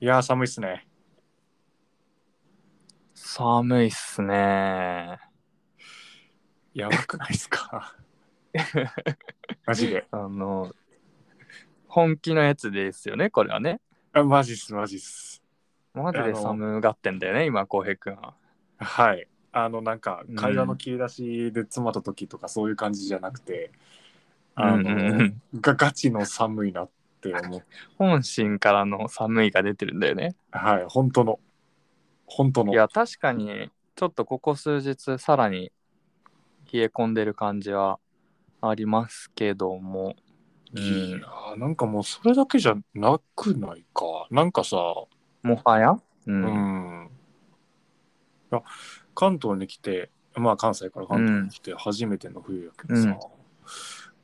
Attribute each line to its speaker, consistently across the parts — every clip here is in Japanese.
Speaker 1: いやー、寒いっすね。
Speaker 2: 寒いっすね。
Speaker 1: やばくないっす かマジで。
Speaker 2: あの、本気のやつですよね、これはね。
Speaker 1: あマジっす、マジっす。
Speaker 2: マジ
Speaker 1: あ
Speaker 2: で
Speaker 1: の
Speaker 2: 寒がってんだよね、今、浩平くんは。
Speaker 1: はい。あの、なんか
Speaker 2: う、ん
Speaker 1: 会話の切り出しで詰まった時とか、そういう感じじゃなくて、あ
Speaker 2: うん
Speaker 1: の、
Speaker 2: うんうん
Speaker 1: がガチの寒いなって思って、
Speaker 2: 本心からの寒いが出てるんだよね。
Speaker 1: はい、本当の、本当の。
Speaker 2: いや、確かに、ちょっとここ数日、さらに冷え込んでる感じはありますけども。う
Speaker 1: いや
Speaker 2: ん、
Speaker 1: ーなんかもうそれだけじゃなくないか。なんかさ、
Speaker 2: もはや、う、
Speaker 1: うんん。いや関東に来て、まあ関西から関東に来て初めての冬やけどさ、
Speaker 2: うん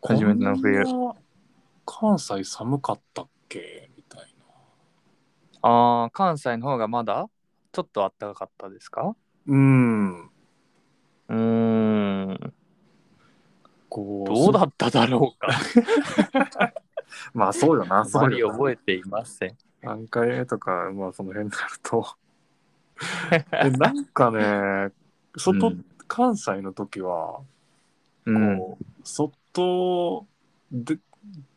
Speaker 2: 初めての冬
Speaker 1: こんな関西寒かったっけみたい
Speaker 2: ああ、関西の方がまだちょっとあったかかったですか
Speaker 1: な。うん。
Speaker 2: うーん、
Speaker 1: こう
Speaker 2: どうだっただろうか。
Speaker 1: まあそうよな、
Speaker 2: あま
Speaker 1: そう
Speaker 2: り
Speaker 1: よな
Speaker 2: 覚えていません。
Speaker 1: 何回目とか、まあその辺になると。 でなんかね、外、
Speaker 2: うん
Speaker 1: 関西の時は、
Speaker 2: うん、
Speaker 1: こう、外で、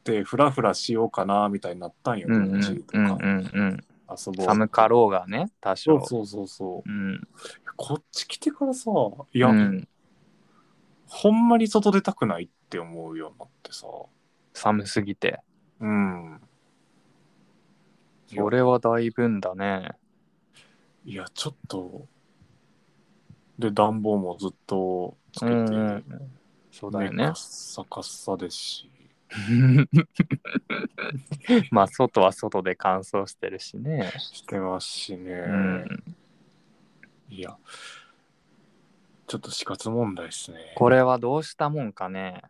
Speaker 1: で、ふらふらしようかな、みたいになったんよ、
Speaker 2: うんうんうん
Speaker 1: 土日とか、
Speaker 2: うん
Speaker 1: 遊
Speaker 2: う
Speaker 1: ぼう。
Speaker 2: ん寒かろうがね多
Speaker 1: そ
Speaker 2: 少
Speaker 1: うそうそうそう
Speaker 2: う。ん
Speaker 1: こっち来てからさ、いうや、
Speaker 2: ん
Speaker 1: ほんまに外出たくないって思うようになってさ。
Speaker 2: 寒すぎて
Speaker 1: うん。いや
Speaker 2: それはだいぶんだね
Speaker 1: いや、ちょっと、で、暖房もずっとつけて、
Speaker 2: うんうんそうだよ
Speaker 1: 目
Speaker 2: ね
Speaker 1: カッサカッサですし。
Speaker 2: まあ外は外で乾燥してるしね
Speaker 1: してますしね、
Speaker 2: うん
Speaker 1: いやちょっと死活問題ですね
Speaker 2: これはどうしたもんかね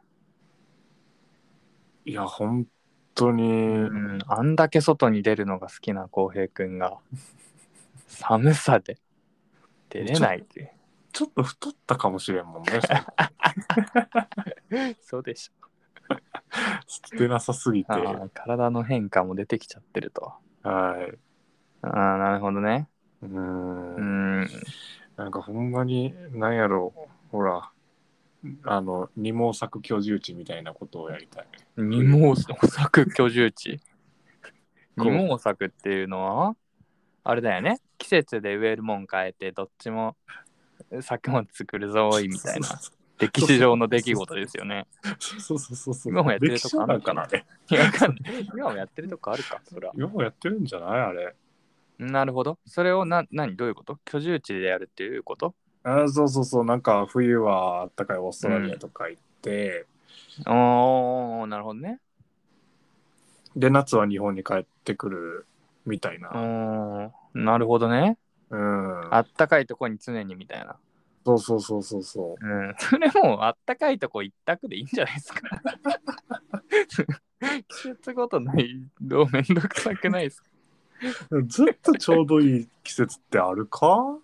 Speaker 1: いや本当に、
Speaker 2: うんあんだけ外に出るのが好きな浩平くんが寒さで出れないっていう
Speaker 1: ちょっと太ったかもしれんもん ね
Speaker 2: そうでしょ
Speaker 1: 出なさすぎて
Speaker 2: あ
Speaker 1: は
Speaker 2: ー体の変化も出てきちゃってると
Speaker 1: い
Speaker 2: ああなるほどね
Speaker 1: うーん
Speaker 2: うん
Speaker 1: なんかほんまになんやろうほらあの二毛作居住地みたいなことをやりたい
Speaker 2: 二毛 作居住地
Speaker 1: こう
Speaker 2: 二毛作っていうのはあれだよね季節で植えるもん変えてどっちも作物作るぞーいみたいな
Speaker 1: そ
Speaker 2: 歴史上の出来事ですよね。
Speaker 1: うそうそうそう
Speaker 2: 今もやってるとこあんのかな
Speaker 1: 歴史なんか
Speaker 2: いやわかんない 今もやってるとこあるかそら
Speaker 1: な。今もやってるんじゃないあれ
Speaker 2: なるほど。それをな何どういうこと居住地でやるっていうこと
Speaker 1: あそうそうそう、なんか冬はあったかいオーストラリアとか行って、
Speaker 2: おーなるほどね。
Speaker 1: で、夏は日本に帰ってくるみたいうな。
Speaker 2: ーんなるほどね。
Speaker 1: うん。
Speaker 2: あったかいとこに常にみたいな。
Speaker 1: そうそうそうそうそ
Speaker 2: うん、それもうあったかいとこ一択でいいんじゃないですか 季節ごとないどうめんどくさくないですか
Speaker 1: う。ずっとちょうどいい季節ってあるか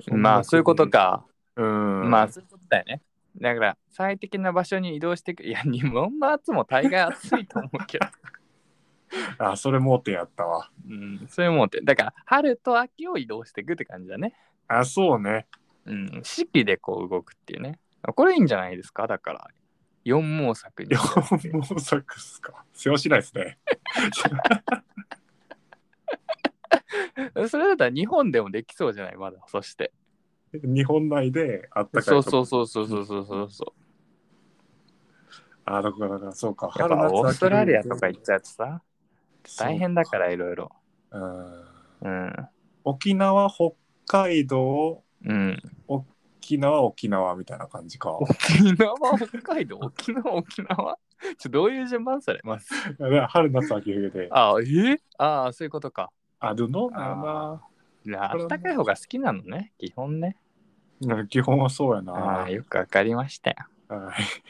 Speaker 1: そんな
Speaker 2: まあそういうことか、
Speaker 1: うん。
Speaker 2: まあ、そういうことだよねだから最適な場所に移動していくいや日本の暑も大概暑いと思うけど、
Speaker 1: あ、それ盲点やったわ。
Speaker 2: うん、そういうもんってだから春と秋を移動していくって感じだね、
Speaker 1: あ、そうね。
Speaker 2: うん、四季でこう動くっていうねこれいいんじゃないですかだから四毛作に
Speaker 1: 四毛作っすか。世話しないですね。
Speaker 2: それだったら日本でもできそうじゃないまだそして
Speaker 1: 日本内であったかいと
Speaker 2: そ
Speaker 1: こ。
Speaker 2: うそうそうそうそうそうそうそう
Speaker 1: あ、だからだから、そうか。
Speaker 2: やっぱ
Speaker 1: 春夏秋
Speaker 2: オーストラリアとか行っちゃうとさ、
Speaker 1: そう
Speaker 2: 大変だからいろいろ。
Speaker 1: うん。
Speaker 2: うん。
Speaker 1: 沖縄、北海道、
Speaker 2: うん。
Speaker 1: 沖縄沖縄みたいな感じ か。
Speaker 2: 沖縄、北海道、沖縄、沖縄 ちょ、どういう順番それます。
Speaker 1: 春夏秋冬で。
Speaker 2: あ、えああ、そういうことか。
Speaker 1: あ、でもどうなんやな。
Speaker 2: いやあったかい方が好きなのね、基本ね。
Speaker 1: なんか基本はそうやな。
Speaker 2: ああ、
Speaker 1: はい。
Speaker 2: よくわかりましたよ。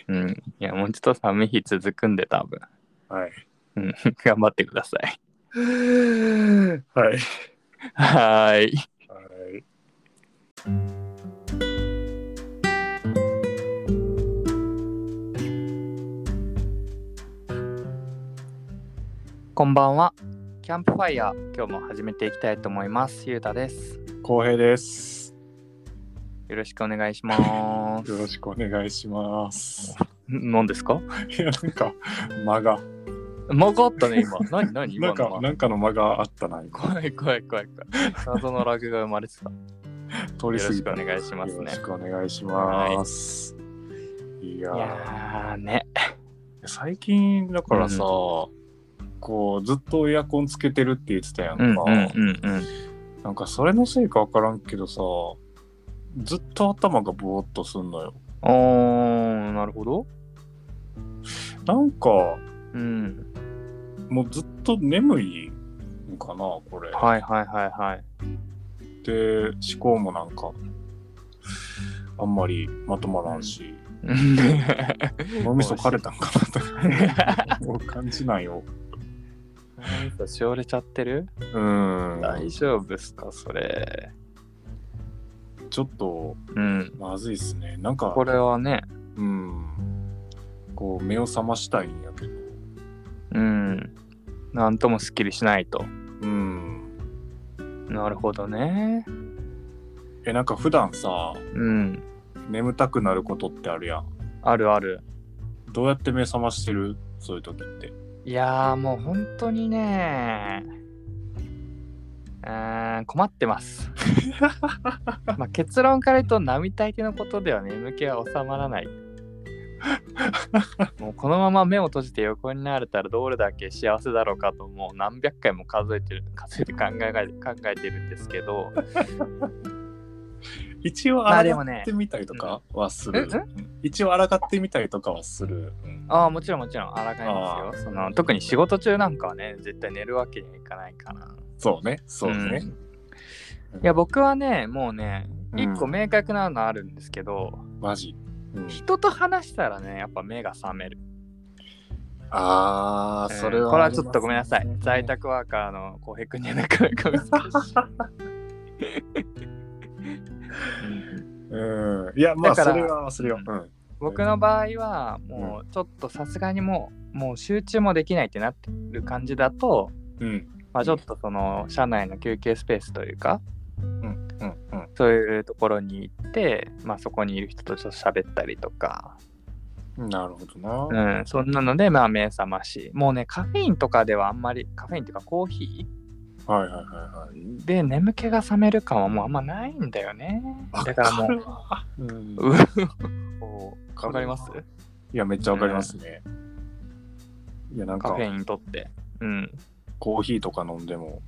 Speaker 2: うん。いや、もうちょっと寒い日続くんで、多分。
Speaker 1: はい。
Speaker 2: うん。頑張ってください。
Speaker 1: はい。
Speaker 2: はーい。
Speaker 1: はい。
Speaker 2: こんばんは。キャンプファイヤー、今日も始めていきたいと思います。ゆうたです。
Speaker 1: 浩平です。
Speaker 2: よろしくお願いし ます。
Speaker 1: よろしくお願いし ます。
Speaker 2: ん何ですか
Speaker 1: いや、なんか、間が、
Speaker 2: 間があったね、今。 何何
Speaker 1: な
Speaker 2: 今
Speaker 1: んか
Speaker 2: の、が
Speaker 1: なんかの間があったな、今
Speaker 2: 怖い怖い怖い怖い。謎のラグが生まれてた。よ
Speaker 1: 通
Speaker 2: ろ
Speaker 1: り過ぎ
Speaker 2: したくお
Speaker 1: ね。
Speaker 2: 願いします
Speaker 1: よろ
Speaker 2: ね。
Speaker 1: しくお願いします。いや
Speaker 2: い
Speaker 1: ー
Speaker 2: やーね。
Speaker 1: 最近だからさ、こうずっとエアコンつけてるって言ってたやんか、
Speaker 2: うんうんうんうん。
Speaker 1: なんかそれのせいかわからんけどさずっと頭がぼーっとすんのよ
Speaker 2: おー、なるほど。
Speaker 1: なんか
Speaker 2: うん。
Speaker 1: もうずっと眠いんかなこれ
Speaker 2: はいはいはい はい。
Speaker 1: で思考もなんかあんまりまとまらんし、脳みそ枯れたんか なともう感じないよ
Speaker 2: しおれちゃってる
Speaker 1: うー
Speaker 2: 大
Speaker 1: ん
Speaker 2: 丈夫っすかそれ。
Speaker 1: ちょっと
Speaker 2: うん。
Speaker 1: まずいっすねなんか
Speaker 2: これはね、
Speaker 1: うんこう目を覚ましたいんやけど
Speaker 2: うん。なんともすっきりしないと。
Speaker 1: うん
Speaker 2: なるほどね。
Speaker 1: えなんか普段さ
Speaker 2: うん。
Speaker 1: 眠たくなることってあるやん
Speaker 2: あるある。
Speaker 1: どうやって目覚ましてるそういう時って
Speaker 2: いやーもう本当にねうーん困ってます。まあ結論から言うと並大抵のことでは眠気は収まらない。もうこのまま目を閉じて横になれたらどれだけ幸せだろうかともう何百回も数えてる数えて考えが考えてるんですけど、
Speaker 1: 一応
Speaker 2: ま
Speaker 1: あ
Speaker 2: あ
Speaker 1: ら
Speaker 2: で
Speaker 1: が
Speaker 2: もね
Speaker 1: ってみたりとかはする、
Speaker 2: うん
Speaker 1: 一応あらがってみたりとかはする、うん
Speaker 2: ああもちろんもちろんあらかいですよその。特に仕事中なんかはね絶対寝るわけにはいかないかな。
Speaker 1: そうねそうね、
Speaker 2: うんいや僕はねもうね
Speaker 1: うん
Speaker 2: 一個明確なのあるんですけど、
Speaker 1: マジ、うん
Speaker 2: 人と話したらねやっぱ目が覚める、
Speaker 1: ああ
Speaker 2: うん
Speaker 1: それは、
Speaker 2: これはちょっとごめんなさい在宅ワーカーの浩平君にはなかなか難 しい
Speaker 1: うんいやまあ
Speaker 2: だか
Speaker 1: そ
Speaker 2: ら
Speaker 1: れは忘れよう、うん
Speaker 2: 僕の場合はもうちょっとさすがにもうもう集中もできないってなってる感じだと、
Speaker 1: うん
Speaker 2: まあ、ちょっとその社内の休憩スペースというか
Speaker 1: うんうん
Speaker 2: そういうところに行って、まあ、そこにいる人とちょっと喋ったりとか、
Speaker 1: なるほどな、
Speaker 2: うん、そんなのでまあ目覚ましもうねカフェインとかではあんまりカフェインっていうかコーヒー
Speaker 1: はいはいはいはい
Speaker 2: で眠気が覚める感はもうあんまないんだよねだからもう
Speaker 1: う、うん、
Speaker 2: うおわかります
Speaker 1: いやめっちゃわかりますね、いやなん
Speaker 2: カ
Speaker 1: か
Speaker 2: フェインとってうん
Speaker 1: コーヒーとか飲んでも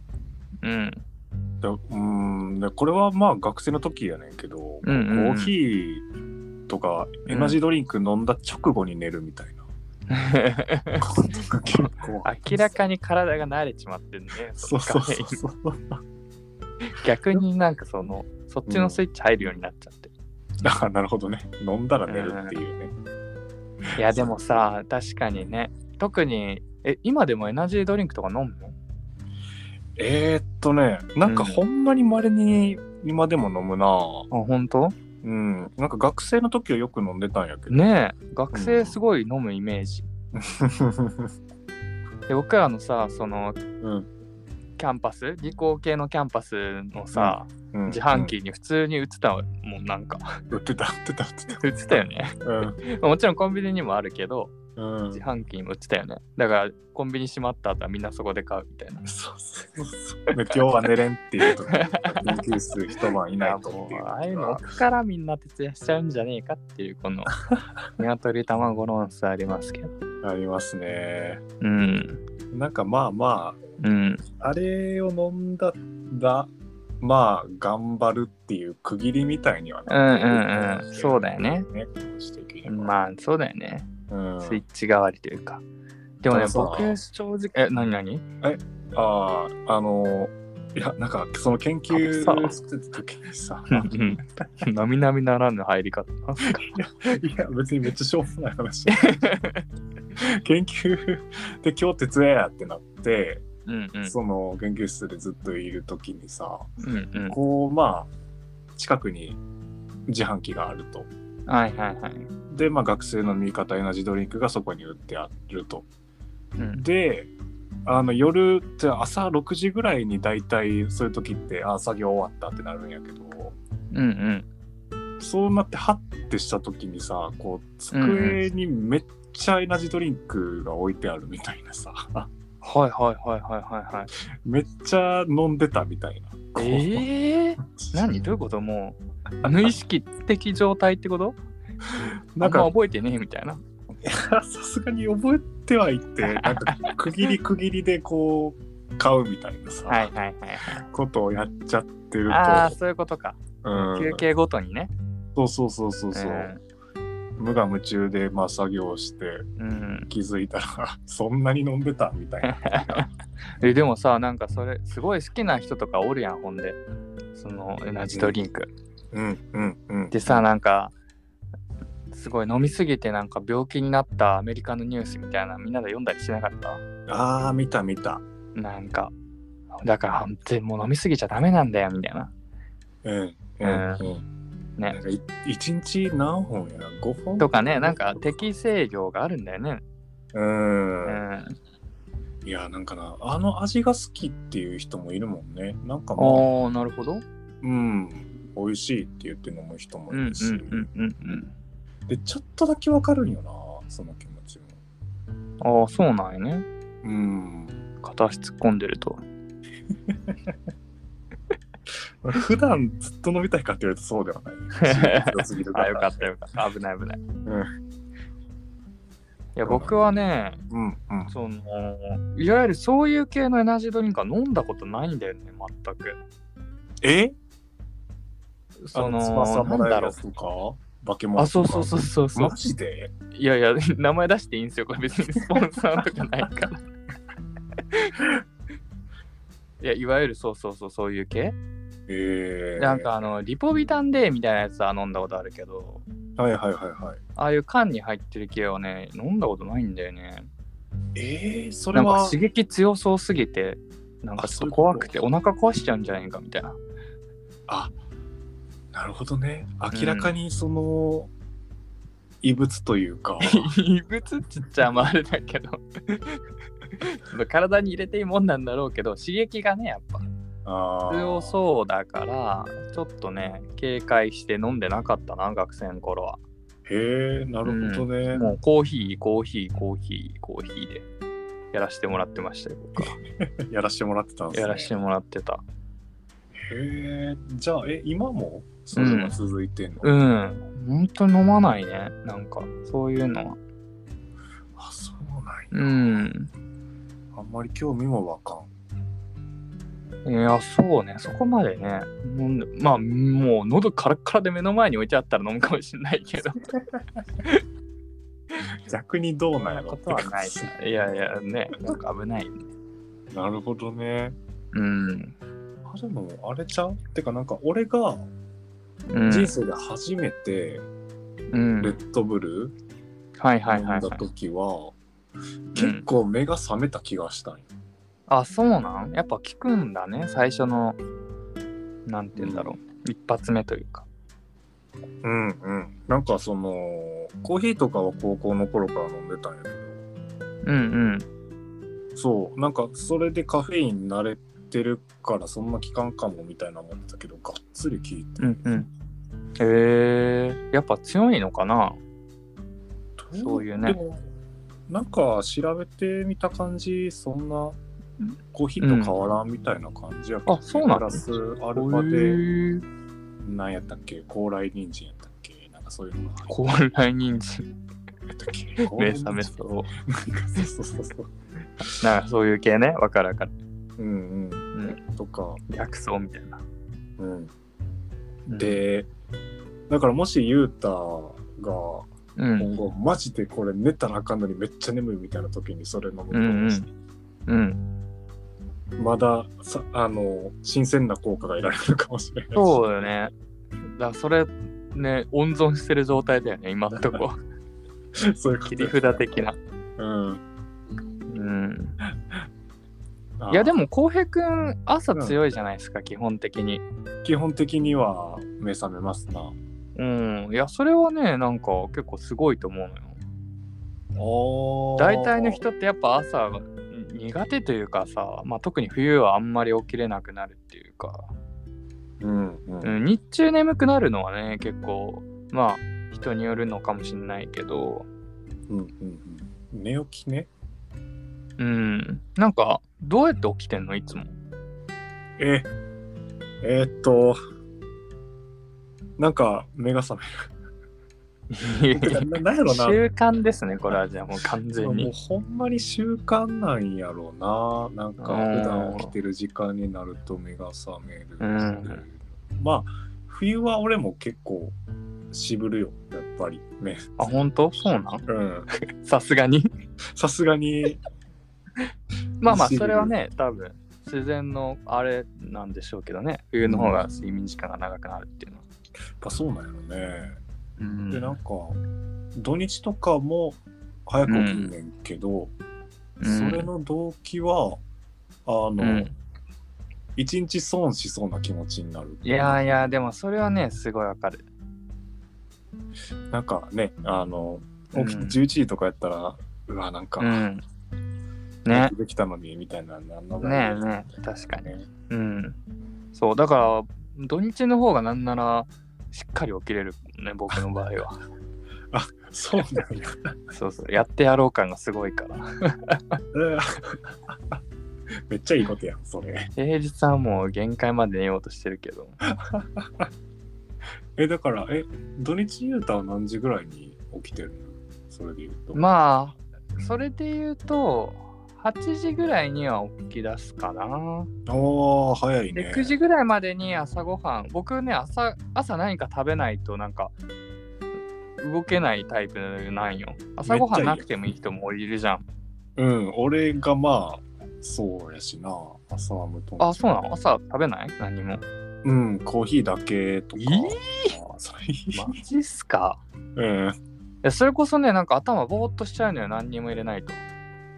Speaker 2: うん
Speaker 1: でうーんでこれはまあ学生の時やねんけど、
Speaker 2: うんうんうん
Speaker 1: コーヒーとかエナジードリンク飲んだ直後に寝るみたいな、ことが結構あって
Speaker 2: 明らかに体が慣れちまってんね
Speaker 1: そう
Speaker 2: の
Speaker 1: そう
Speaker 2: カフ
Speaker 1: そ
Speaker 2: ェイン
Speaker 1: うそう
Speaker 2: 逆になんかそのそっちのスイッチ入るようになっちゃってる、
Speaker 1: あなるほどね飲んだら寝るっていうね、
Speaker 2: いやでもさ確かにね特にえ今でもエナジードリンクとか飲むの
Speaker 1: えー、っとねなんかほんまにまれに今でも飲むな
Speaker 2: あ本当
Speaker 1: うん、なんか学生の時はよく飲んでたんやけど、
Speaker 2: ねえ学生すごい飲むイメージ、で僕らのさその
Speaker 1: うん
Speaker 2: キャンパス理工系のキャンパスのさ、
Speaker 1: うん、
Speaker 2: 自販機に普通に売ってたもんな んか
Speaker 1: 売ってた売ってた売ってた
Speaker 2: 売ってたよね
Speaker 1: うん
Speaker 2: もちろんコンビニにもあるけど
Speaker 1: うん
Speaker 2: 自販機にも売ってたよねだからコンビニ閉まった後はみんなそこで買うみたいな
Speaker 1: そうそうそう。で今日は寝れんっていうと、研究室一晩いないとっていう
Speaker 2: もうああいうの奥からみんな徹夜しちゃうんじゃねえかっていう この鶏卵論争ありますけど
Speaker 1: ありますね。
Speaker 2: うん
Speaker 1: なんかまあま
Speaker 2: うん
Speaker 1: あ、あれを飲んだら、まあ、頑張るっていう区切りみたいにはなってる
Speaker 2: うんうんうんそうだよね
Speaker 1: ね。気持ち的には
Speaker 2: まあそうだよね
Speaker 1: うん、
Speaker 2: スイッチ代わりというか。でもね
Speaker 1: ただ、さ
Speaker 2: 僕、正直、え、なになに
Speaker 1: ああ、あの、いや、なんかその研究
Speaker 2: あの
Speaker 1: してた時にさ、
Speaker 2: なみなみならぬ入り 方。
Speaker 1: いや、別にめっちゃしょうもない話。 研究で今日徹夜やってなって、
Speaker 2: うんうん。
Speaker 1: その研究室でずっといる時にさ、
Speaker 2: うん
Speaker 1: こうまあ近くに自販機があると
Speaker 2: うん。はいはいはい。
Speaker 1: で、まあ、学生の味方エナジードリンクがそこに売ってあると
Speaker 2: うん
Speaker 1: であの夜じゃあ朝6時ぐらいに大体そういう時ってあ作業終わったってなるんやけど
Speaker 2: うんうん。
Speaker 1: そうなってハッてした時にさこう机にめっちゃエナジードリンクが置いてあるみたいなさ
Speaker 2: はいはいはいはいはいはい。
Speaker 1: めっちゃ飲んでたみたいな。
Speaker 2: ええ何どういうこともう、無意識的状態ってこと
Speaker 1: な
Speaker 2: なんん
Speaker 1: か
Speaker 2: か覚えてねえみたいな。
Speaker 1: さすがに覚えてはいってなんか区切り区切りでこう買うみたいなさ、
Speaker 2: はいはいはいはい。
Speaker 1: ことをやっちゃってる
Speaker 2: ああ、そういうことか。
Speaker 1: と、うん、
Speaker 2: 休憩ごとにね。
Speaker 1: そうそうそうそうそう、無我夢中でまあ作業して
Speaker 2: うん。うん
Speaker 1: 気づいたら そんなに飲んでたみたい な
Speaker 2: えでもさ、なんかそれ、すごい好きな人とかおるやん、ほんで。そのエナジードリンク。
Speaker 1: うんうんうん
Speaker 2: でさ、なんか、すごい飲みすぎてなんか病気になったアメリカのニュースみたいなみんなで読んだりしなかった
Speaker 1: ああ見た見た
Speaker 2: なんか、だから本当にもう飲みすぎちゃダメなんだよみたいな。
Speaker 1: うんう
Speaker 2: うんん
Speaker 1: うんな
Speaker 2: ね
Speaker 1: んかい一日何本や5本
Speaker 2: とかね、なんか適正量があるんだよね。
Speaker 1: うん、
Speaker 2: うん。
Speaker 1: いやなんかなあの味が好きっていう人もいるもんねなんかもう
Speaker 2: おー、なるほど。
Speaker 1: うん、美味しいって言って飲む人も
Speaker 2: う
Speaker 1: い
Speaker 2: ん
Speaker 1: るし、
Speaker 2: うんうんうん
Speaker 1: でちょっとだけわかるんよなその気持ちも
Speaker 2: うん。ああ、そうなんやね。
Speaker 1: うん
Speaker 2: 片足突っ込んでると。
Speaker 1: 普段ずっと飲みたいかって言われるとそうではない強すぎるから
Speaker 2: あ、よかったよかった。危ない危ない。
Speaker 1: う
Speaker 2: いや、僕はね、
Speaker 1: うんうん
Speaker 2: その、いわゆるそういう系のエナジードリンクは飲んだことないんだよね、全く。
Speaker 1: え
Speaker 2: そ
Speaker 1: あ
Speaker 2: の、
Speaker 1: 翼も
Speaker 2: なん
Speaker 1: らえる
Speaker 2: だろ
Speaker 1: や
Speaker 2: う
Speaker 1: つ。とか化け物
Speaker 2: あ、そうそうそううそうそう
Speaker 1: マ。ジで
Speaker 2: いやい や、名前出していいんですよ。これ別にスポンサーとかない から。いや、いわゆるそうそうそう、そういう系。
Speaker 1: えー、
Speaker 2: なんかあの、リポビタンデーみたいなやつは飲んだことあるけど、
Speaker 1: はいはいはいはい
Speaker 2: ああいう缶に入ってる系はね、飲んだことないんだよね。
Speaker 1: えー、それ
Speaker 2: なん
Speaker 1: は
Speaker 2: か刺激強そうすぎて、なんかちょっと怖くて、お腹壊しちゃうんじゃないかみたいな。
Speaker 1: あなるほどね明らかにその、異物というか
Speaker 2: 異物っちっちゃまああれだけど 体に入れていいもんなんだろうけど刺激がねやっぱ
Speaker 1: あー
Speaker 2: 強そうだからちょっとね警戒して飲んでなかったな学生の頃は
Speaker 1: へえなるほどね、
Speaker 2: もうコーヒーコーヒーコーヒーコーヒーでやらしてもらってましたよ僕は
Speaker 1: やらしてもらってたんです、ね、
Speaker 2: やらしてもらってた
Speaker 1: へえじゃあえ今もそれが続いてんの、
Speaker 2: うん本当に飲まないねなんかそういうのは
Speaker 1: あそうなんや
Speaker 2: うん
Speaker 1: あんまり興味もわかん
Speaker 2: いやそうねそこまでね飲んでまあもう喉カラッカラで目の前に置いてあったら飲むかもしれないけ ど
Speaker 1: 逆にどうなんやろ
Speaker 2: ことはない
Speaker 1: って感
Speaker 2: いやいや ね、なんか危ないよね。
Speaker 1: じなるほどね
Speaker 2: うん。
Speaker 1: あでもあれちゃうてかなんか俺が
Speaker 2: うん
Speaker 1: 人生で初めて
Speaker 2: うん
Speaker 1: レ。ッドブル
Speaker 2: はいはい
Speaker 1: 飲ん
Speaker 2: はい、は
Speaker 1: だ
Speaker 2: い。
Speaker 1: 時は結構目が覚めた気がしたんよ
Speaker 2: あ、そうなんやっぱ聞くんだね、最初の、なんて言うんだろう。一発目というか。
Speaker 1: うんうんなんかそのコーヒーとかは高校の頃から飲んでたんやけど
Speaker 2: うん
Speaker 1: そうなんかそれでカフェイン慣れてるからそんな期間かもみたいな思ってたけどがっつり効いて
Speaker 2: うん。うんうん。へえー、やっぱ強いのかな
Speaker 1: ど
Speaker 2: そういう
Speaker 1: で
Speaker 2: ね
Speaker 1: もなんか調べてみた感じそんな
Speaker 2: うん
Speaker 1: コーヒーと変わらんみたいな感じやけど、
Speaker 2: あそうなん
Speaker 1: プ
Speaker 2: だ
Speaker 1: ラスア
Speaker 2: ア
Speaker 1: ルファで
Speaker 2: で。
Speaker 1: 何やったっけ高麗人参やったっけなんかそういうのが
Speaker 2: 高麗人参、
Speaker 1: 入ったっけ高
Speaker 2: 目
Speaker 1: 麗
Speaker 2: 覚 めそ
Speaker 1: 人参
Speaker 2: う。
Speaker 1: なんかそうそうそうそう
Speaker 2: なんかそういう系ね、わかるわかる。
Speaker 1: うん
Speaker 2: う。
Speaker 1: うんんとか、
Speaker 2: 薬草みたいな。
Speaker 1: うん、、でだからもしユータが
Speaker 2: うん。
Speaker 1: 今後マジでこれ寝たらあかんのにめっちゃ眠いみたいな時にそれ飲むと、
Speaker 2: うんうん。
Speaker 1: まださあの新鮮な効果が得られるかもしれないし
Speaker 2: そうだよね。だからそれ、ね、温存してる状態だよね、今のとこ。
Speaker 1: そういうこと
Speaker 2: 切り札的な。
Speaker 1: うん
Speaker 2: うん。
Speaker 1: あ
Speaker 2: いや、でも、浩平くん、朝強いじゃないですか、基本的に。
Speaker 1: 基本的には目覚めますなあ
Speaker 2: うん。いや、それはね、なんか、結構すごいと思うのよ。大体の人ってやっぱ朝苦手というかさ、まあ、特に冬はあんまり起きれなくなるっていうか、
Speaker 1: うんうん
Speaker 2: うん、日中眠くなるのはね結構まあ人によるのかもしれないけど
Speaker 1: うんうん寝起きね
Speaker 2: うんなんかどうやって起きてんのいつも
Speaker 1: ええーっとなんか目が覚めるななんやろ な
Speaker 2: 習慣ですねこれはじゃあもう完全
Speaker 1: もう
Speaker 2: に
Speaker 1: ほんまに習慣なんやろうななんか
Speaker 2: うん
Speaker 1: 普段起きてる時間になると目が覚める、
Speaker 2: うん
Speaker 1: まあ冬は俺も結構渋るよやっぱりね
Speaker 2: あ本当そうなん
Speaker 1: うん
Speaker 2: さすがに
Speaker 1: さすがに
Speaker 2: まあまあ
Speaker 1: 知る
Speaker 2: それはね多分自然のあれなんでしょうけどね冬の方が睡眠時間が長くなるっていうのは、
Speaker 1: やっぱそうなんやろね、
Speaker 2: うん
Speaker 1: でなんか土日とかも早く起きんねんけど、
Speaker 2: うん
Speaker 1: それの動機はあの、
Speaker 2: うん
Speaker 1: 一日損しそうな気持ちになる
Speaker 2: いやいやでもそれはねすごいわかる
Speaker 1: なんかねあの
Speaker 2: う
Speaker 1: 起
Speaker 2: ん
Speaker 1: きて11時とかやったら、うわなんか、
Speaker 2: うんね
Speaker 1: できたのにみたいななんな
Speaker 2: ねえねえ確かにうんそうだから土日の方がなんならしっかり起きれるね僕の場合 は
Speaker 1: そうなんや
Speaker 2: そうそうやってやろう感がすごいから
Speaker 1: うんめっちゃいいことやんそれ
Speaker 2: 平日はもう限界まで寝ようとしてるけど
Speaker 1: えだからえ土日ゆうたは何時ぐらいに起きてるのそれで言うと、
Speaker 2: まあそれで言うと8時ぐらいには起き出すかな。
Speaker 1: あー早いね
Speaker 2: で、9時ぐらいまでに朝ごはん、僕ね、朝、朝何か食べないと、なんか、動けないタイプなんよ。朝ごはんなくてもいい人もおいるじゃん。
Speaker 1: うん俺がまあそうやしな朝は無頓
Speaker 2: あ、そうなの朝食べない何も。
Speaker 1: うんコーヒーだけとか
Speaker 2: えー
Speaker 1: あーそれいい、
Speaker 2: マジっすか
Speaker 1: うん
Speaker 2: いやそれこそね、なんか頭ぼーっとしちゃうのよ、何にも入れないと。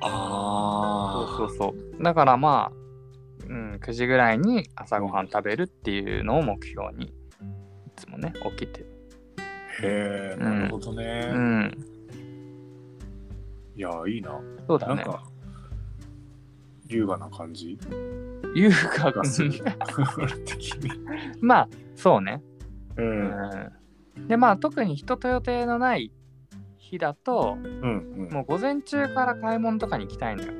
Speaker 2: そ
Speaker 1: あ
Speaker 2: う
Speaker 1: あ
Speaker 2: そうそう。だからまあ、うん、9時ぐらいに朝ごはん食べるっていうのを目標に、いつもね、起きて。
Speaker 1: へえ
Speaker 2: うん
Speaker 1: なるほどね、
Speaker 2: うん、
Speaker 1: いやいいな
Speaker 2: そうだ
Speaker 1: なん
Speaker 2: ね。
Speaker 1: か優雅な感じ
Speaker 2: 優雅が
Speaker 1: がする 俺的に
Speaker 2: まあ、そうね。
Speaker 1: う
Speaker 2: うんん。で、まあ、特に人と予定のない日だと、
Speaker 1: うんうん
Speaker 2: もう午前中から買い物とかに行きたいのよ。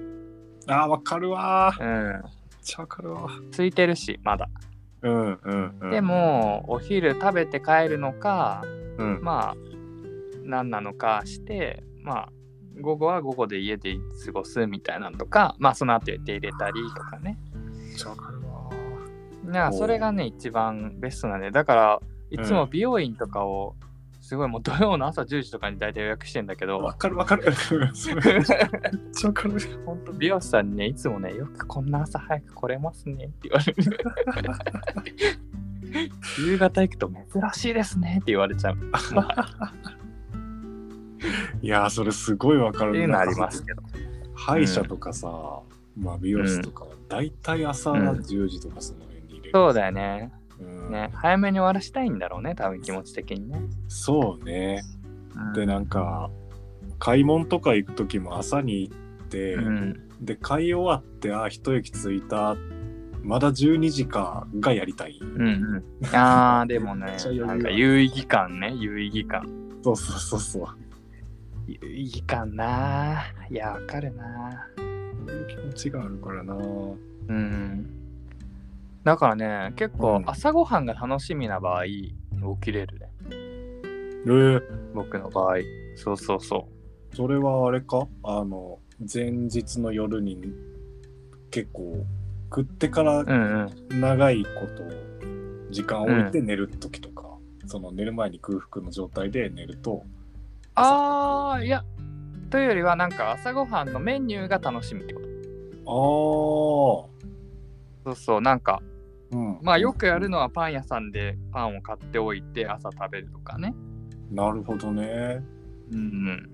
Speaker 1: あーわかるわーめっ
Speaker 2: うん。
Speaker 1: ちゃわかるわ
Speaker 2: 空いてるし、まだ。
Speaker 1: うんうんうん
Speaker 2: でも、お昼食べて帰るのか、
Speaker 1: うん
Speaker 2: まあ何なのかしてまあ午後は午後で家で過ごすみたいなのとかまあその後予定入れたりとかね
Speaker 1: めっちゃわかるわ
Speaker 2: な
Speaker 1: おー
Speaker 2: それがね一番ベストなんでだからいつも
Speaker 1: うん
Speaker 2: 美容院とかをすごいもう土曜の朝10時とかに大体予約してんだけ
Speaker 1: ーわ
Speaker 2: ど
Speaker 1: かるわかるそれめっちゃわかる
Speaker 2: 本当美容師さんにねいつもねよくこんな朝早く来れますねって言われる 夕方行くと珍しいですねって言われちゃう
Speaker 1: いやーそれすごいわかる
Speaker 2: っていうのありますけど
Speaker 1: 歯医者とかさ、まあ美容室とかは大体朝
Speaker 2: うん
Speaker 1: 10時とかその辺に入れる、
Speaker 2: そうだよね
Speaker 1: うん
Speaker 2: ね早めに終わらしたいんだろうね多分気持ち的にね
Speaker 1: そうね
Speaker 2: うん
Speaker 1: でなんか買い物とか行く時も朝に行って、
Speaker 2: うん、
Speaker 1: で買い終わってあー一息ついたまだ12時かがやりたい、
Speaker 2: うん、うん。ああ、でもね
Speaker 1: めっちゃ余、裕
Speaker 2: なんか有意義感ね、有意義感。
Speaker 1: そうそうそうそう
Speaker 2: 有意義感なー。いや、わかるな
Speaker 1: そういう気持ちがあるからな
Speaker 2: ー。うん。だからね、結
Speaker 1: う
Speaker 2: 構
Speaker 1: ん
Speaker 2: 朝ごはんが楽しみな場合、起きれるね。
Speaker 1: えー
Speaker 2: 僕の場合。そうそうそ
Speaker 1: それはあれかあの前日の夜に結構食ってから
Speaker 2: う。うんうん。
Speaker 1: 長いこと時間を置いて寝る時とか、その寝る前に空腹の状態で寝ると
Speaker 2: ああ、いや。というよりは、なんか朝ごはんのメニューが楽しみってこと。
Speaker 1: あー
Speaker 2: そうそう、なんか、
Speaker 1: うん
Speaker 2: まあよくやるのはパン屋さんでパンを買っておいて朝食べるとかね。
Speaker 1: なるほどね
Speaker 2: うんうん。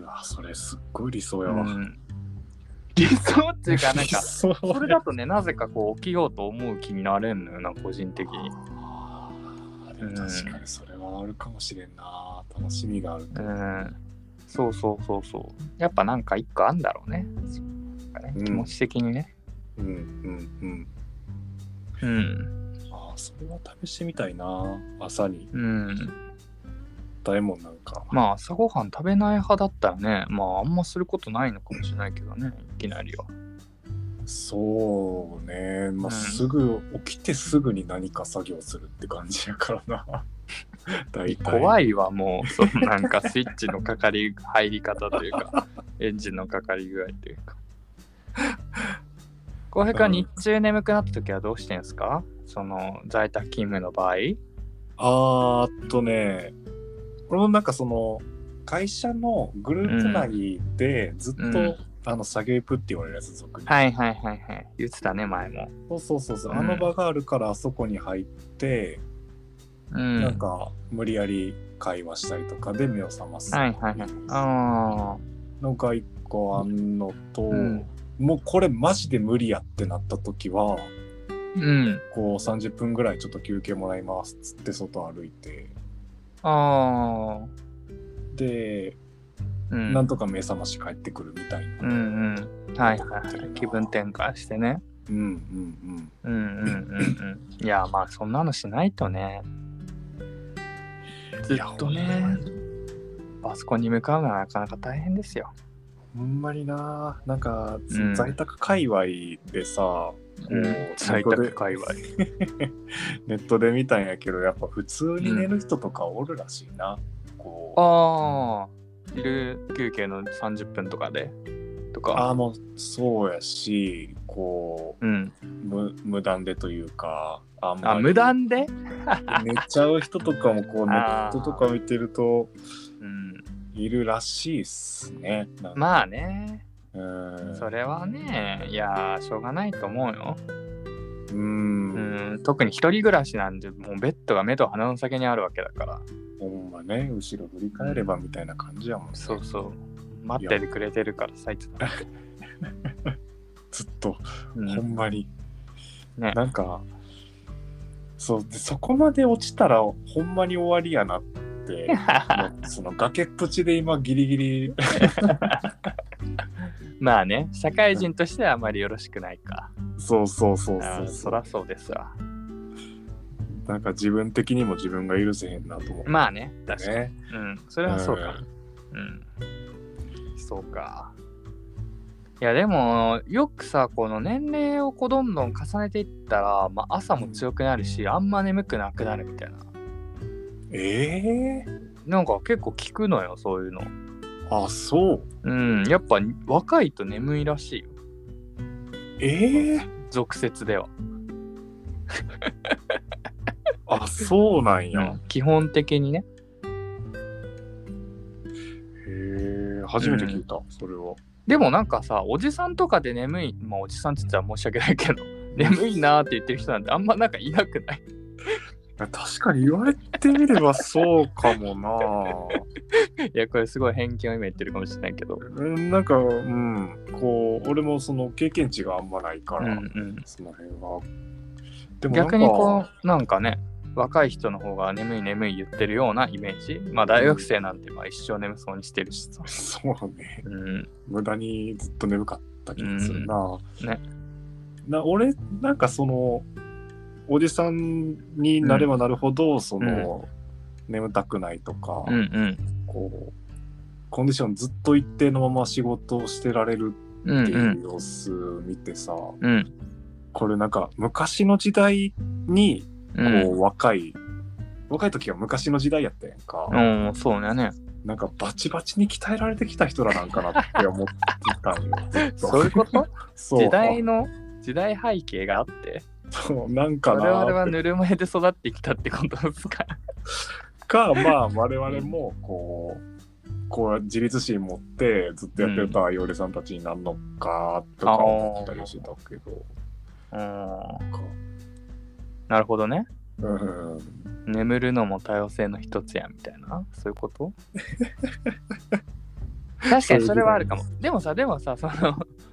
Speaker 1: うわそれすっごい理想や
Speaker 2: う
Speaker 1: わ、
Speaker 2: ん理想っていうか、なん か、
Speaker 1: そ
Speaker 2: それだとね、なぜかこう起きようと思う気になれんのよな、個人的に。
Speaker 1: あーでも確かにそれはあるかもしれんな楽しみがある
Speaker 2: うん。そうそうそうそう。やっぱなんか一個あんだろうね。かね、
Speaker 1: うん
Speaker 2: 気持ち的にね。
Speaker 1: うんうんうん。
Speaker 2: うん。
Speaker 1: ああ、それは試してみたいな。朝に
Speaker 2: うん。
Speaker 1: 大門なんか。
Speaker 2: まあ、朝ごはん食べない派だったらね、まあ、あんますることないのかもしれないけどね、いきなりは。
Speaker 1: そうね。ま
Speaker 2: うん
Speaker 1: あ、すぐ、起きてすぐに何か作業するって感じやから な。大体。
Speaker 2: 怖
Speaker 1: い。
Speaker 2: いわ、もう、そのなんかスイッチのかかり、入り方という か、エンジンのかかり具合というか。浩平君は日中眠くなった時はどうしてんすかその在宅勤務の場合。
Speaker 1: あーっとね、俺もなんかその、会社のグループなぎでずっと、
Speaker 2: うん
Speaker 1: あの作業プって言われるやつ俗に、
Speaker 2: はいはいはいはい。言ってたね、前も。
Speaker 1: そうそうそうそう、
Speaker 2: うん
Speaker 1: あの場があるからあそこに入って、
Speaker 2: うん。
Speaker 1: なんか無理やり会話したりとかで目を覚ます
Speaker 2: はいはいはい。あ
Speaker 1: のが一個あんのと、
Speaker 2: うん
Speaker 1: もうこれマジで無理やってなった時は
Speaker 2: あ。うん。
Speaker 1: こう30分ぐらいちょっと休憩もらいますっつって外歩いて
Speaker 2: ああ。
Speaker 1: で、
Speaker 2: うん。
Speaker 1: なんとか目覚まし帰ってくるみたいな、
Speaker 2: うんうん。はいはいはい。気分転換してね。
Speaker 1: うんうん
Speaker 2: うんうんうんうん。いや、まあそんなのしないとね。
Speaker 1: うん
Speaker 2: ずっと
Speaker 1: いやほんま
Speaker 2: ね、
Speaker 1: に
Speaker 2: パソコンに向かうのはなかなか大変ですよ。
Speaker 1: ほんまにななんか、
Speaker 2: うん
Speaker 1: 在宅界隈でさ
Speaker 2: うん。在宅界隈。
Speaker 1: ネットで見たんやけどやっぱ普通に寝る人とかおるらしいな、こう
Speaker 2: ああ。昼休憩の30分とかで。と
Speaker 1: あ
Speaker 2: か。
Speaker 1: もうそうやしこ
Speaker 2: うん。
Speaker 1: う無無断でというかあんま
Speaker 2: あ、
Speaker 1: り
Speaker 2: 無断で
Speaker 1: 寝ちゃう人とかもこうネ
Speaker 2: あ
Speaker 1: ッ
Speaker 2: ー
Speaker 1: トとか見てると
Speaker 2: うん。
Speaker 1: いるらしいっすね。なんか
Speaker 2: まあね。
Speaker 1: うーん
Speaker 2: それはね、いやー、しょうがないと思うよ。
Speaker 1: うーん
Speaker 2: うんん、特に一人暮らしなんで、もうベッドが目と鼻の先にあるわけだから。
Speaker 1: ほんまね後ろ振り返ればみたいな感じやもんね、
Speaker 2: そうそう。待っててくれてるからさ、いつだって。
Speaker 1: ずっと、
Speaker 2: う
Speaker 1: ほ
Speaker 2: ん、
Speaker 1: んまに、
Speaker 2: ね
Speaker 1: なんかそうでそこまで落ちたらほんまに終わりやなって もうその崖っぷちで今ギリギリ
Speaker 2: まあね、社会人としてはあまりよろしくないか。
Speaker 1: そうそうそう
Speaker 2: あ
Speaker 1: そ
Speaker 2: ー
Speaker 1: う
Speaker 2: そ
Speaker 1: そう
Speaker 2: らそうですわ。
Speaker 1: なんか自分的にも自分が許せへんなと思って、
Speaker 2: まあね、確かに。
Speaker 1: ね。
Speaker 2: うん、それはそうか。うん。そうか。いやでもよくさこの年齢をこうどんどん重ねていったら、まあ、朝も強くなるしあんま眠くなくなるみたいな
Speaker 1: ええ
Speaker 2: なんか結構聞くのよそういうの
Speaker 1: あ、そう。
Speaker 2: うんやっぱ若いと眠いらしいよ
Speaker 1: ええ
Speaker 2: 俗説では、
Speaker 1: あ、そうなんや。へ
Speaker 2: 基本的にね
Speaker 1: え、初めて聞いた、それは。
Speaker 2: でもなんかさおじさんとかで眠いまあおじさんって言ったら申し訳ないけど 眠いなーって言ってる人なんてあんまなんかいなくない
Speaker 1: 確かに言われてみればそうかも
Speaker 2: いやこれすごい偏見を今言ってるかもしれないけど
Speaker 1: な。うんなんか、うん、こう、俺もその経験値があんまないか
Speaker 2: うんう
Speaker 1: ら、
Speaker 2: ん
Speaker 1: その辺は。でもなんか
Speaker 2: 逆にこうなんかね若い人の方が眠い眠い言ってるようなイメージまあ大学生なんてまあ一生眠そうにしてるしさ
Speaker 1: そうね。
Speaker 2: うん
Speaker 1: 無駄にずっと眠かった気がするな。
Speaker 2: うんね
Speaker 1: な俺なんかそのおじさんになればなるほど、その、眠たくないとか、
Speaker 2: うんうん
Speaker 1: こうコンディションずっと一定のまま仕事をしてられる
Speaker 2: う
Speaker 1: っ
Speaker 2: ん
Speaker 1: て
Speaker 2: う
Speaker 1: いうん様子見てさ、
Speaker 2: うん
Speaker 1: これなんか昔の時代にこう、
Speaker 2: うん
Speaker 1: 若い若い時は昔の時代やったやんか、
Speaker 2: うんそうだね
Speaker 1: なんかバチバチに鍛えられてきた人らなんかなって思ってた んよずっと
Speaker 2: そういうこと
Speaker 1: そう
Speaker 2: 時代の時代背景があって
Speaker 1: そう なんか
Speaker 2: 我
Speaker 1: なーって
Speaker 2: 々はぬるま湯で育ってきたってことですか
Speaker 1: かまあ我々もこうこう自立心持ってずっとやってたいおれさんたちになんのかとか思ったりしてたけど、
Speaker 2: うん
Speaker 1: か
Speaker 2: なるほどね
Speaker 1: うん、
Speaker 2: 眠るのも多様性の一つやみたいなそういうこと 確かにそれはあるかもでもさでもさその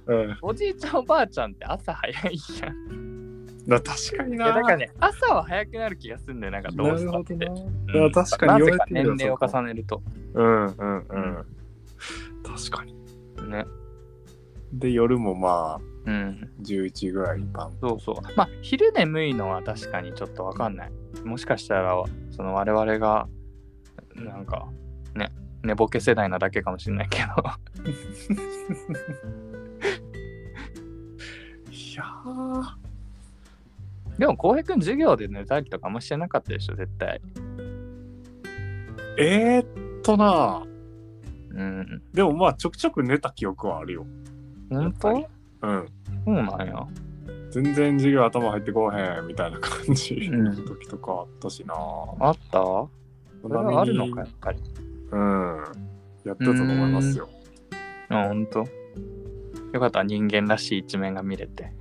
Speaker 1: うん、
Speaker 2: おじいちゃんおばあちゃんって朝早いじゃん。い
Speaker 1: だ確かにな
Speaker 2: やだからね、朝は早くなる気がするんだよ、なんかどうしたって。
Speaker 1: なるほ
Speaker 2: うん
Speaker 1: どな、だから確か
Speaker 2: な
Speaker 1: に
Speaker 2: ぜ
Speaker 1: 言わ
Speaker 2: か
Speaker 1: れて
Speaker 2: 年
Speaker 1: るよ
Speaker 2: 齢を重ねると。
Speaker 1: そうかうんうんうん確かに
Speaker 2: ね。
Speaker 1: で、夜もまあ、
Speaker 2: うん。
Speaker 1: 11時ぐらいにパン。
Speaker 2: そうそう。まあ、昼眠いのは確かにちょっとわかんない。もしかしたら、その我々が、なんか、ね、寝ぼけ世代なだけかもしれないけど。
Speaker 1: いやー
Speaker 2: でも、浩平君、授業で寝たりとかあんましてなかったでしょ、絶対。
Speaker 1: えー、っとな、
Speaker 2: うん。
Speaker 1: でもまあちょくちょく寝た記憶はあるよ。
Speaker 2: 本
Speaker 1: やっ
Speaker 2: 当
Speaker 1: うん。
Speaker 2: そうなんや。
Speaker 1: 全然授業頭入ってこうへんみたいな感じ
Speaker 2: うん
Speaker 1: の時とかあったしな。
Speaker 2: あったそれはあるのか、やっぱり。
Speaker 1: うん。やってたと思いますよ。
Speaker 2: あ、ほんと。よかった、人間らしい一面が見れて。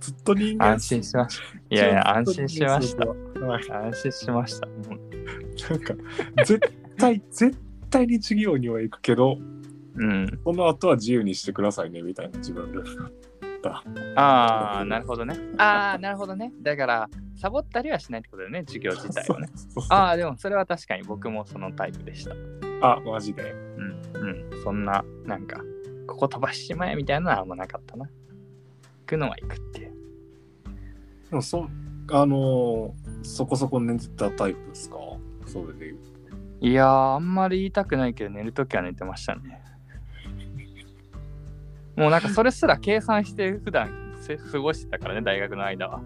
Speaker 1: ずっと人間
Speaker 2: 安心しました。いやいや、安心しました。
Speaker 1: はい。
Speaker 2: 安心しました。もう
Speaker 1: なんか、絶対、 絶対に授業には行くけど、
Speaker 2: うん。
Speaker 1: この後は自由にしてくださいねみたいな自分で。だ
Speaker 2: ああ、なるほどね。ああ、なるほどね。 だから、サボったりはしないってことだよね、授業自体をね。
Speaker 1: そうそうそう
Speaker 2: ああ、でもそれは確かに僕もそのタイプでした。うん。
Speaker 1: あ、マジで。
Speaker 2: うん。そんな、なんか、ここ飛ばしちまえみたいなのはあんまなかったな。行くのは行くっていう。
Speaker 1: でもそ、あのーそこそこ寝てたタイプですかそれで言う。
Speaker 2: いやー、あんまり言いたくないけど、寝るときは寝てましたね。もうなんかそれすら計算して普段せ過ごしてたからね、大学の間は。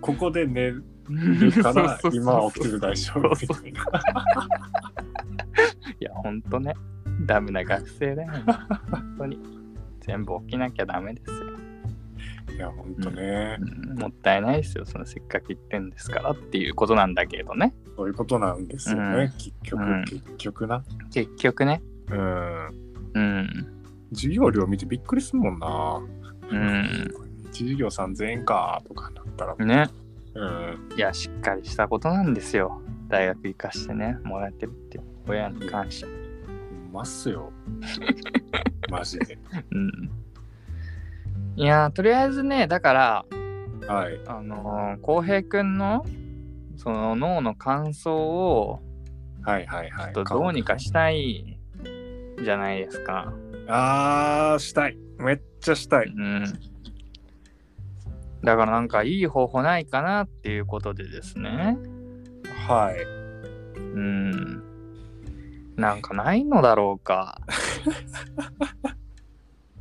Speaker 1: ここで寝る から、今は起きてる大丈夫みたいな。
Speaker 2: いや、ほんとね。ダメな学生だよ、ね。本当に。全部起きなきゃダメですよ。
Speaker 1: いや、ほんとね。
Speaker 2: うんもったいないですよ。そのせっかく言ってんですからっていうことなんだけどね。
Speaker 1: そういうことなんですよ
Speaker 2: うん
Speaker 1: ね。結
Speaker 2: うん
Speaker 1: 局、結局な。
Speaker 2: 結局ね。
Speaker 1: うん。
Speaker 2: うん。
Speaker 1: 授業料見てびっくりすんもんな。
Speaker 2: うん。
Speaker 1: 1授業3000円かとかなったら、
Speaker 2: ね。
Speaker 1: うん、
Speaker 2: いや、しっかりしたことなんですよ。大学行かしてね、もらってるっていう。親に感謝。
Speaker 1: ますよ。 マジで。
Speaker 2: うん。いやー、とりあえずね、だから、
Speaker 1: はい。
Speaker 2: あのー、浩平くんの、その脳の感想を、
Speaker 1: はいはいは
Speaker 2: ち
Speaker 1: い。
Speaker 2: ょっとどうにかしたいじゃないですか。
Speaker 1: あー、したい。めっちゃした
Speaker 2: う
Speaker 1: い。
Speaker 2: ん。だからなんかいい方法ないかなっていうことでですね。
Speaker 1: はい。
Speaker 2: うん。なんかないのだろうか。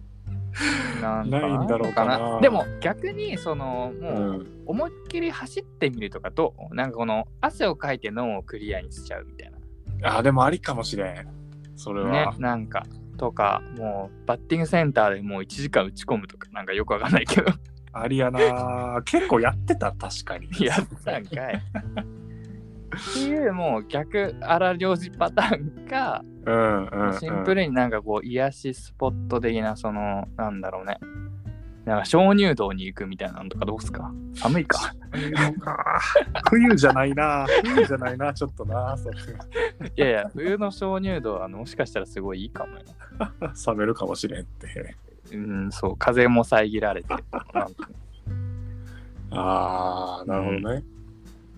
Speaker 2: な
Speaker 1: ないんだろうかな
Speaker 2: でも逆にその
Speaker 1: う。
Speaker 2: もうん思いっきり走ってみるとかどうなんかこの汗をかいて脳をクリアにしちゃうみたいな。
Speaker 1: あー、でもありかもしれん。それ
Speaker 2: ね
Speaker 1: は。、
Speaker 2: なんかとかもうバッティングセンターでもう1時間打ち込むとかなんかよくわかんないけど
Speaker 1: ありやなー。結構やってた、確かに。
Speaker 2: やったんかい。っていうもう逆荒漁師パターンか
Speaker 1: うんうん、うん。
Speaker 2: シンプルになんかこう癒しスポット的なそのなんだろうねなんか鍾乳洞に行くみたいなのとかどうっすか寒いか
Speaker 1: そうか冬じゃないな。冬じゃないな、ちょっとな。それ
Speaker 2: いやいや冬の鍾乳洞はあのもしかしたらすごいいいかもよ
Speaker 1: 冷めるかもしれんって。
Speaker 2: うんそう風も遮られてなんか
Speaker 1: あー、なるほどね。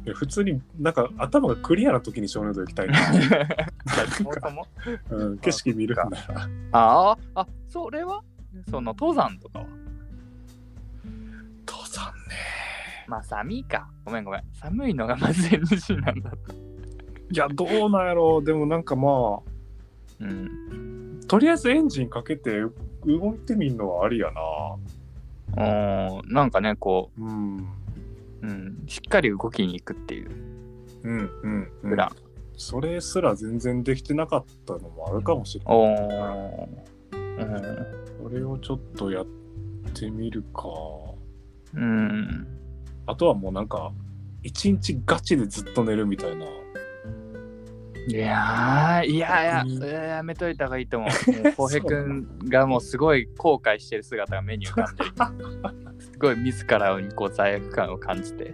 Speaker 1: いや普通になんか頭がクリアな時に少年と行きたいな。
Speaker 2: そもそも
Speaker 1: うん、景色見るんだな。
Speaker 2: ああ、あ、それはその登山とかは。
Speaker 1: 父さんね。
Speaker 2: まあ寒いか。ごめんごめん。寒いのがまず NG なんだ。
Speaker 1: いや、どうなんやろう。でもなんかまあ、
Speaker 2: うん。
Speaker 1: とりあえずエンジンかけて動いてみるのはありやな。
Speaker 2: おーなんかね、こ
Speaker 1: うん。
Speaker 2: う、うん、しっかり動きに行くっていう
Speaker 1: うんうん、うん。
Speaker 2: プラン。
Speaker 1: それすら全然できてなかったのもあるかもしれない。
Speaker 2: おーうん
Speaker 1: それをちょっとやってみるか。
Speaker 2: うん。
Speaker 1: あとはもうなんか、一日ガチでずっと寝るみたいな。
Speaker 2: いやー、いやいや、えーやめといた方がいいと思 う。もう浩平くんがもうすごい後悔してる姿が目に浮かんでる。 すごい自らにこう罪悪感を感じて。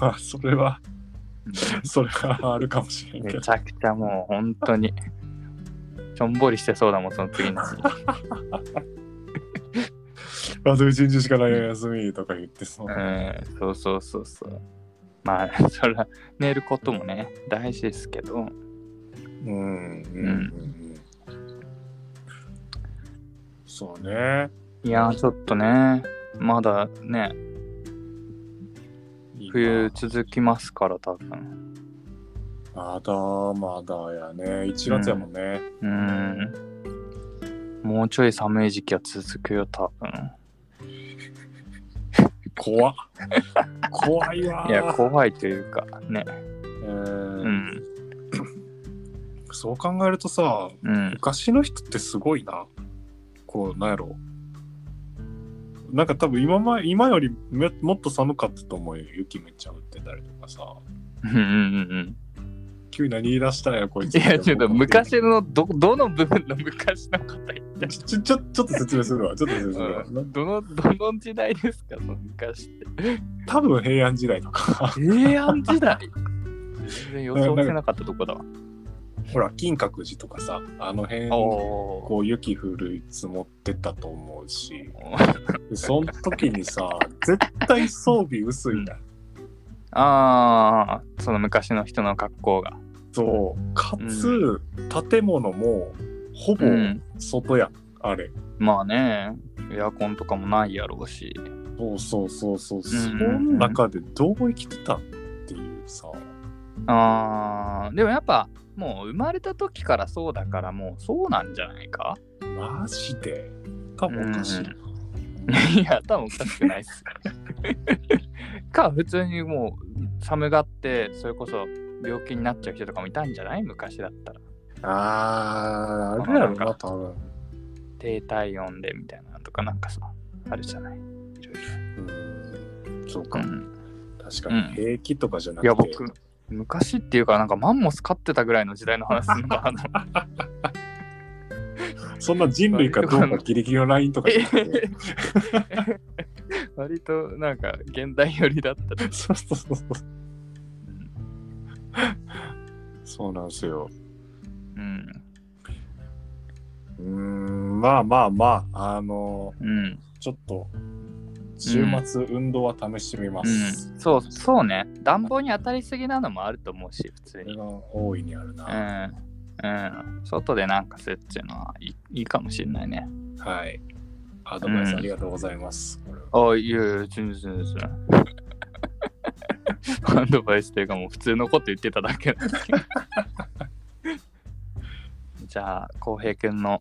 Speaker 1: まあ、それは、
Speaker 2: うん
Speaker 1: それはあるかもしれんけ
Speaker 2: め
Speaker 1: ど。
Speaker 2: ちゃくちゃもう本当にしょんぼりしてそうだもんその次の日
Speaker 1: あと一日しかないよ休みとか言ってそうう。
Speaker 2: んそうそうそうそうまあそれは寝ることもね大事ですけど
Speaker 1: うんうんうんうん。そうね。
Speaker 2: いやーちょっとねまだね
Speaker 1: いいな
Speaker 2: 冬続きますから多分
Speaker 1: まだまだやね。1月やもんね。
Speaker 2: うーんもうちょい寒い時期は続くよ多分
Speaker 1: 怖っ。怖いわー。
Speaker 2: いや怖いというかね
Speaker 1: え
Speaker 2: う
Speaker 1: ー
Speaker 2: ん
Speaker 1: そう考えるとさ、
Speaker 2: うん
Speaker 1: 昔の人ってすごいな。こう、なんやろ。なんか多分今前今よりめもっと寒かったと思うよ。雪めっちゃ降ってたりとかさ。
Speaker 2: うんうんうん
Speaker 1: 急に何言い出したんや、こいつ。
Speaker 2: いやちょっと昔
Speaker 1: の。
Speaker 2: のどどの部分の昔の方言って
Speaker 1: ちょ、ちょ、ちょっと説明するわ。ちょっと説明するわ。な
Speaker 2: どのどの時代ですかその昔って
Speaker 1: 多分平安時代とか。
Speaker 2: 平安時代全然予想してなかったとこだわ
Speaker 1: ほら、金閣寺とかさ、あの辺、こ
Speaker 2: お
Speaker 1: う雪降る積もってたと思うし。
Speaker 2: お
Speaker 1: でその時にさ、絶対装備薄いな。
Speaker 2: ああその昔の人の格好が
Speaker 1: そう。かつ、建物も、ほぼ
Speaker 2: うん
Speaker 1: 外やん、あれ。
Speaker 2: まあねエアコンとかもないやろうし
Speaker 1: そうそうそうそう。そ
Speaker 2: ん
Speaker 1: の中でどう生きてたっていうさ。
Speaker 2: あーでもやっぱもう生まれた時からそうだからもうそうなんじゃないか
Speaker 1: マジで。多分おかしいな。
Speaker 2: いや多分おかしくないっす か普通にもう寒がってそれこそ病気になっちゃう人とかもいたんじゃない昔だったら
Speaker 1: あー、あれやろな、多分。
Speaker 2: 低体温でみたいなのとかなんかさあるじゃないいろいろ
Speaker 1: うんそうか、
Speaker 2: うん
Speaker 1: 確かに
Speaker 2: うん
Speaker 1: 平気とかじゃなく
Speaker 2: い
Speaker 1: て。
Speaker 2: や僕昔っていうかなんかマンモス飼ってたぐらいの時代の話すんのかな
Speaker 1: そんな人類かどうかギリギリのラインとかじ ゃなくて。
Speaker 2: 割となんか現代寄りだったり
Speaker 1: そうそうそうそう。そうなんですよ。
Speaker 2: うん
Speaker 1: うーん、まあまあまあ、あの
Speaker 2: うん
Speaker 1: ちょっと、週末運動は試してみま
Speaker 2: う
Speaker 1: す。
Speaker 2: ん、そうそうね暖房に当たりすぎなのもあると思うし普
Speaker 1: こ
Speaker 2: 通
Speaker 1: れ
Speaker 2: に
Speaker 1: が大いにある
Speaker 2: う
Speaker 1: な。
Speaker 2: んうん外でなんかするっていうのはいいいいかもしれないね
Speaker 1: はい。アドバイス
Speaker 2: うん
Speaker 1: ありがとうございます。これは
Speaker 2: あいやいや全然全然 アドバイスというかもう普通のこと言ってただけなん ですけどじゃあ浩平くんの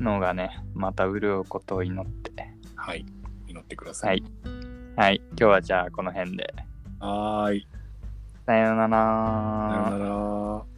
Speaker 2: 脳がねまた潤うことを祈って
Speaker 1: はい。祈ってくださ。
Speaker 2: はいいはい今日はじゃあこの辺で
Speaker 1: はーい。
Speaker 2: さようなら
Speaker 1: さよなら。